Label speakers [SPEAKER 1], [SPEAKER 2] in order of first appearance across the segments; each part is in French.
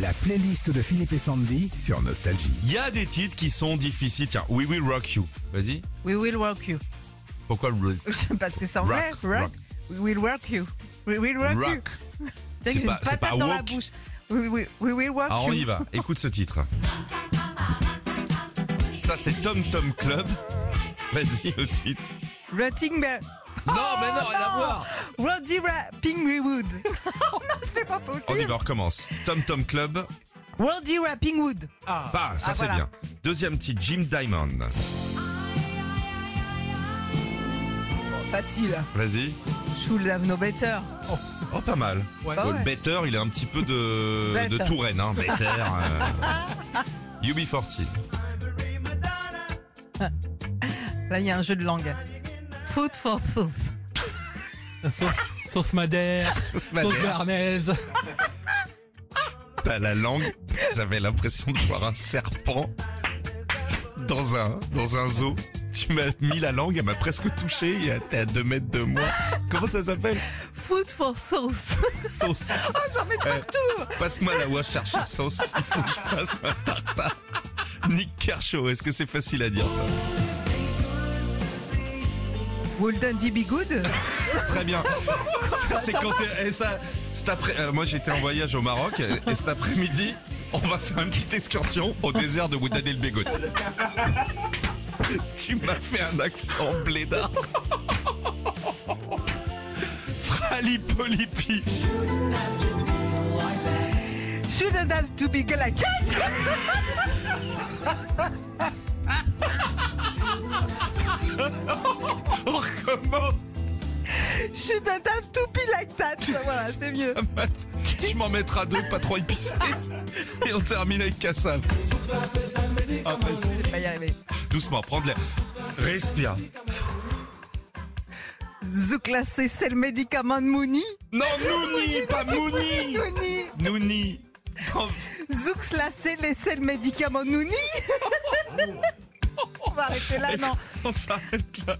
[SPEAKER 1] La playlist de Philippe et Sandy sur Nostalgie.
[SPEAKER 2] Il y a des titres qui sont difficiles. Tiens, We Will Rock You. Vas-y.
[SPEAKER 3] We will work you.
[SPEAKER 2] Pourquoi le rock
[SPEAKER 3] Parce que c'est anglais.
[SPEAKER 2] Rock,
[SPEAKER 3] Rock.
[SPEAKER 2] rock.
[SPEAKER 3] We will work you. We will work, you.
[SPEAKER 2] Rock.
[SPEAKER 3] Tu sais que
[SPEAKER 2] C'est
[SPEAKER 3] j'ai
[SPEAKER 2] pas-
[SPEAKER 3] une
[SPEAKER 2] c'est
[SPEAKER 3] patate
[SPEAKER 2] pas
[SPEAKER 3] dans la
[SPEAKER 2] walk.
[SPEAKER 3] bouche. We, we- we will work
[SPEAKER 2] Alors Ah,
[SPEAKER 3] you.
[SPEAKER 2] on y va. Écoute ce titre. Ça c'est Tom Tom Club. Vas-y le titre.
[SPEAKER 3] Rotting Bear.
[SPEAKER 2] Non mais non, rien à
[SPEAKER 3] Oh, non.
[SPEAKER 2] voir.
[SPEAKER 3] Roddy Rapping Wood. non, c'est pas
[SPEAKER 2] On y
[SPEAKER 3] possible.
[SPEAKER 2] va, on recommence. Tom Tom Club.
[SPEAKER 3] Roddy Rapping Wood.
[SPEAKER 2] Bah, ça
[SPEAKER 3] Ah,
[SPEAKER 2] c'est
[SPEAKER 3] voilà.
[SPEAKER 2] bien. Deuxième titre, Jim Diamond.
[SPEAKER 3] Facile.
[SPEAKER 2] Vas-y.
[SPEAKER 3] Should have no better.
[SPEAKER 2] Oh pas mal.
[SPEAKER 3] Bah
[SPEAKER 2] Euh,
[SPEAKER 3] ouais.
[SPEAKER 2] Better, il a un petit peu de,
[SPEAKER 3] Bête.
[SPEAKER 2] de Touraine. Hein. Better. Euh... UB40.
[SPEAKER 3] Là, il y a un jeu de langue. Food for food.
[SPEAKER 4] Sauf, sauf Madère,
[SPEAKER 3] Bah,
[SPEAKER 4] sauf Béarnaise.
[SPEAKER 2] T'as la langue, j'avais l'impression de voir un serpent dans un, dans un zoo. Tu m'as mis la langue, elle m'a presque touché, et t'es à deux mètres de moi. Comment ça s'appelle
[SPEAKER 3] Food for sauce.
[SPEAKER 2] Sauce. Euh,
[SPEAKER 3] oh, j'en mets partout.
[SPEAKER 2] Passe-moi la Wash chercher sauce, il faut que je fasse un tartare. Nick Kershaw, est-ce que c'est facile à dire ça
[SPEAKER 3] Wouldn't he be good?
[SPEAKER 2] Très bien. Ça, c'est quand t'es- et ça, cet après, euh, moi j'étais en voyage au Maroc, et, et cet après-midi, on va faire une petite excursion au désert de Woudan el Begot. Tu m'as fait un accent blédard. Frali Polipi.
[SPEAKER 3] Shouldn't have to be like that.
[SPEAKER 2] On recommence.
[SPEAKER 3] Shouldn't have to be like that. Voilà, c'est mieux.
[SPEAKER 2] Tu m'en mettras deux, pas trois épicés. Et on termine avec Kassav. Ah, vas-y.
[SPEAKER 3] Je vais pas y arriver.
[SPEAKER 2] Doucement, prendre l'air. Respire.
[SPEAKER 3] The classé, c'est le médicament de Mooney.
[SPEAKER 2] Non, Nouni, pas Mouni.
[SPEAKER 3] Mooney.
[SPEAKER 2] Nouni. Oh,
[SPEAKER 3] Zouk classé, c'est le médicament de Mooney. On va arrêter là, non.
[SPEAKER 2] on s'arrête là.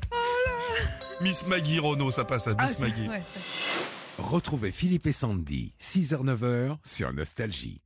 [SPEAKER 2] Miss Maggie Renault, ça passe à
[SPEAKER 3] Oh Ah,
[SPEAKER 2] Miss
[SPEAKER 3] c'est-
[SPEAKER 2] Maggie.
[SPEAKER 3] ouais.
[SPEAKER 1] Retrouvez Philippe et Sandy, 6h-9h sur Nostalgie.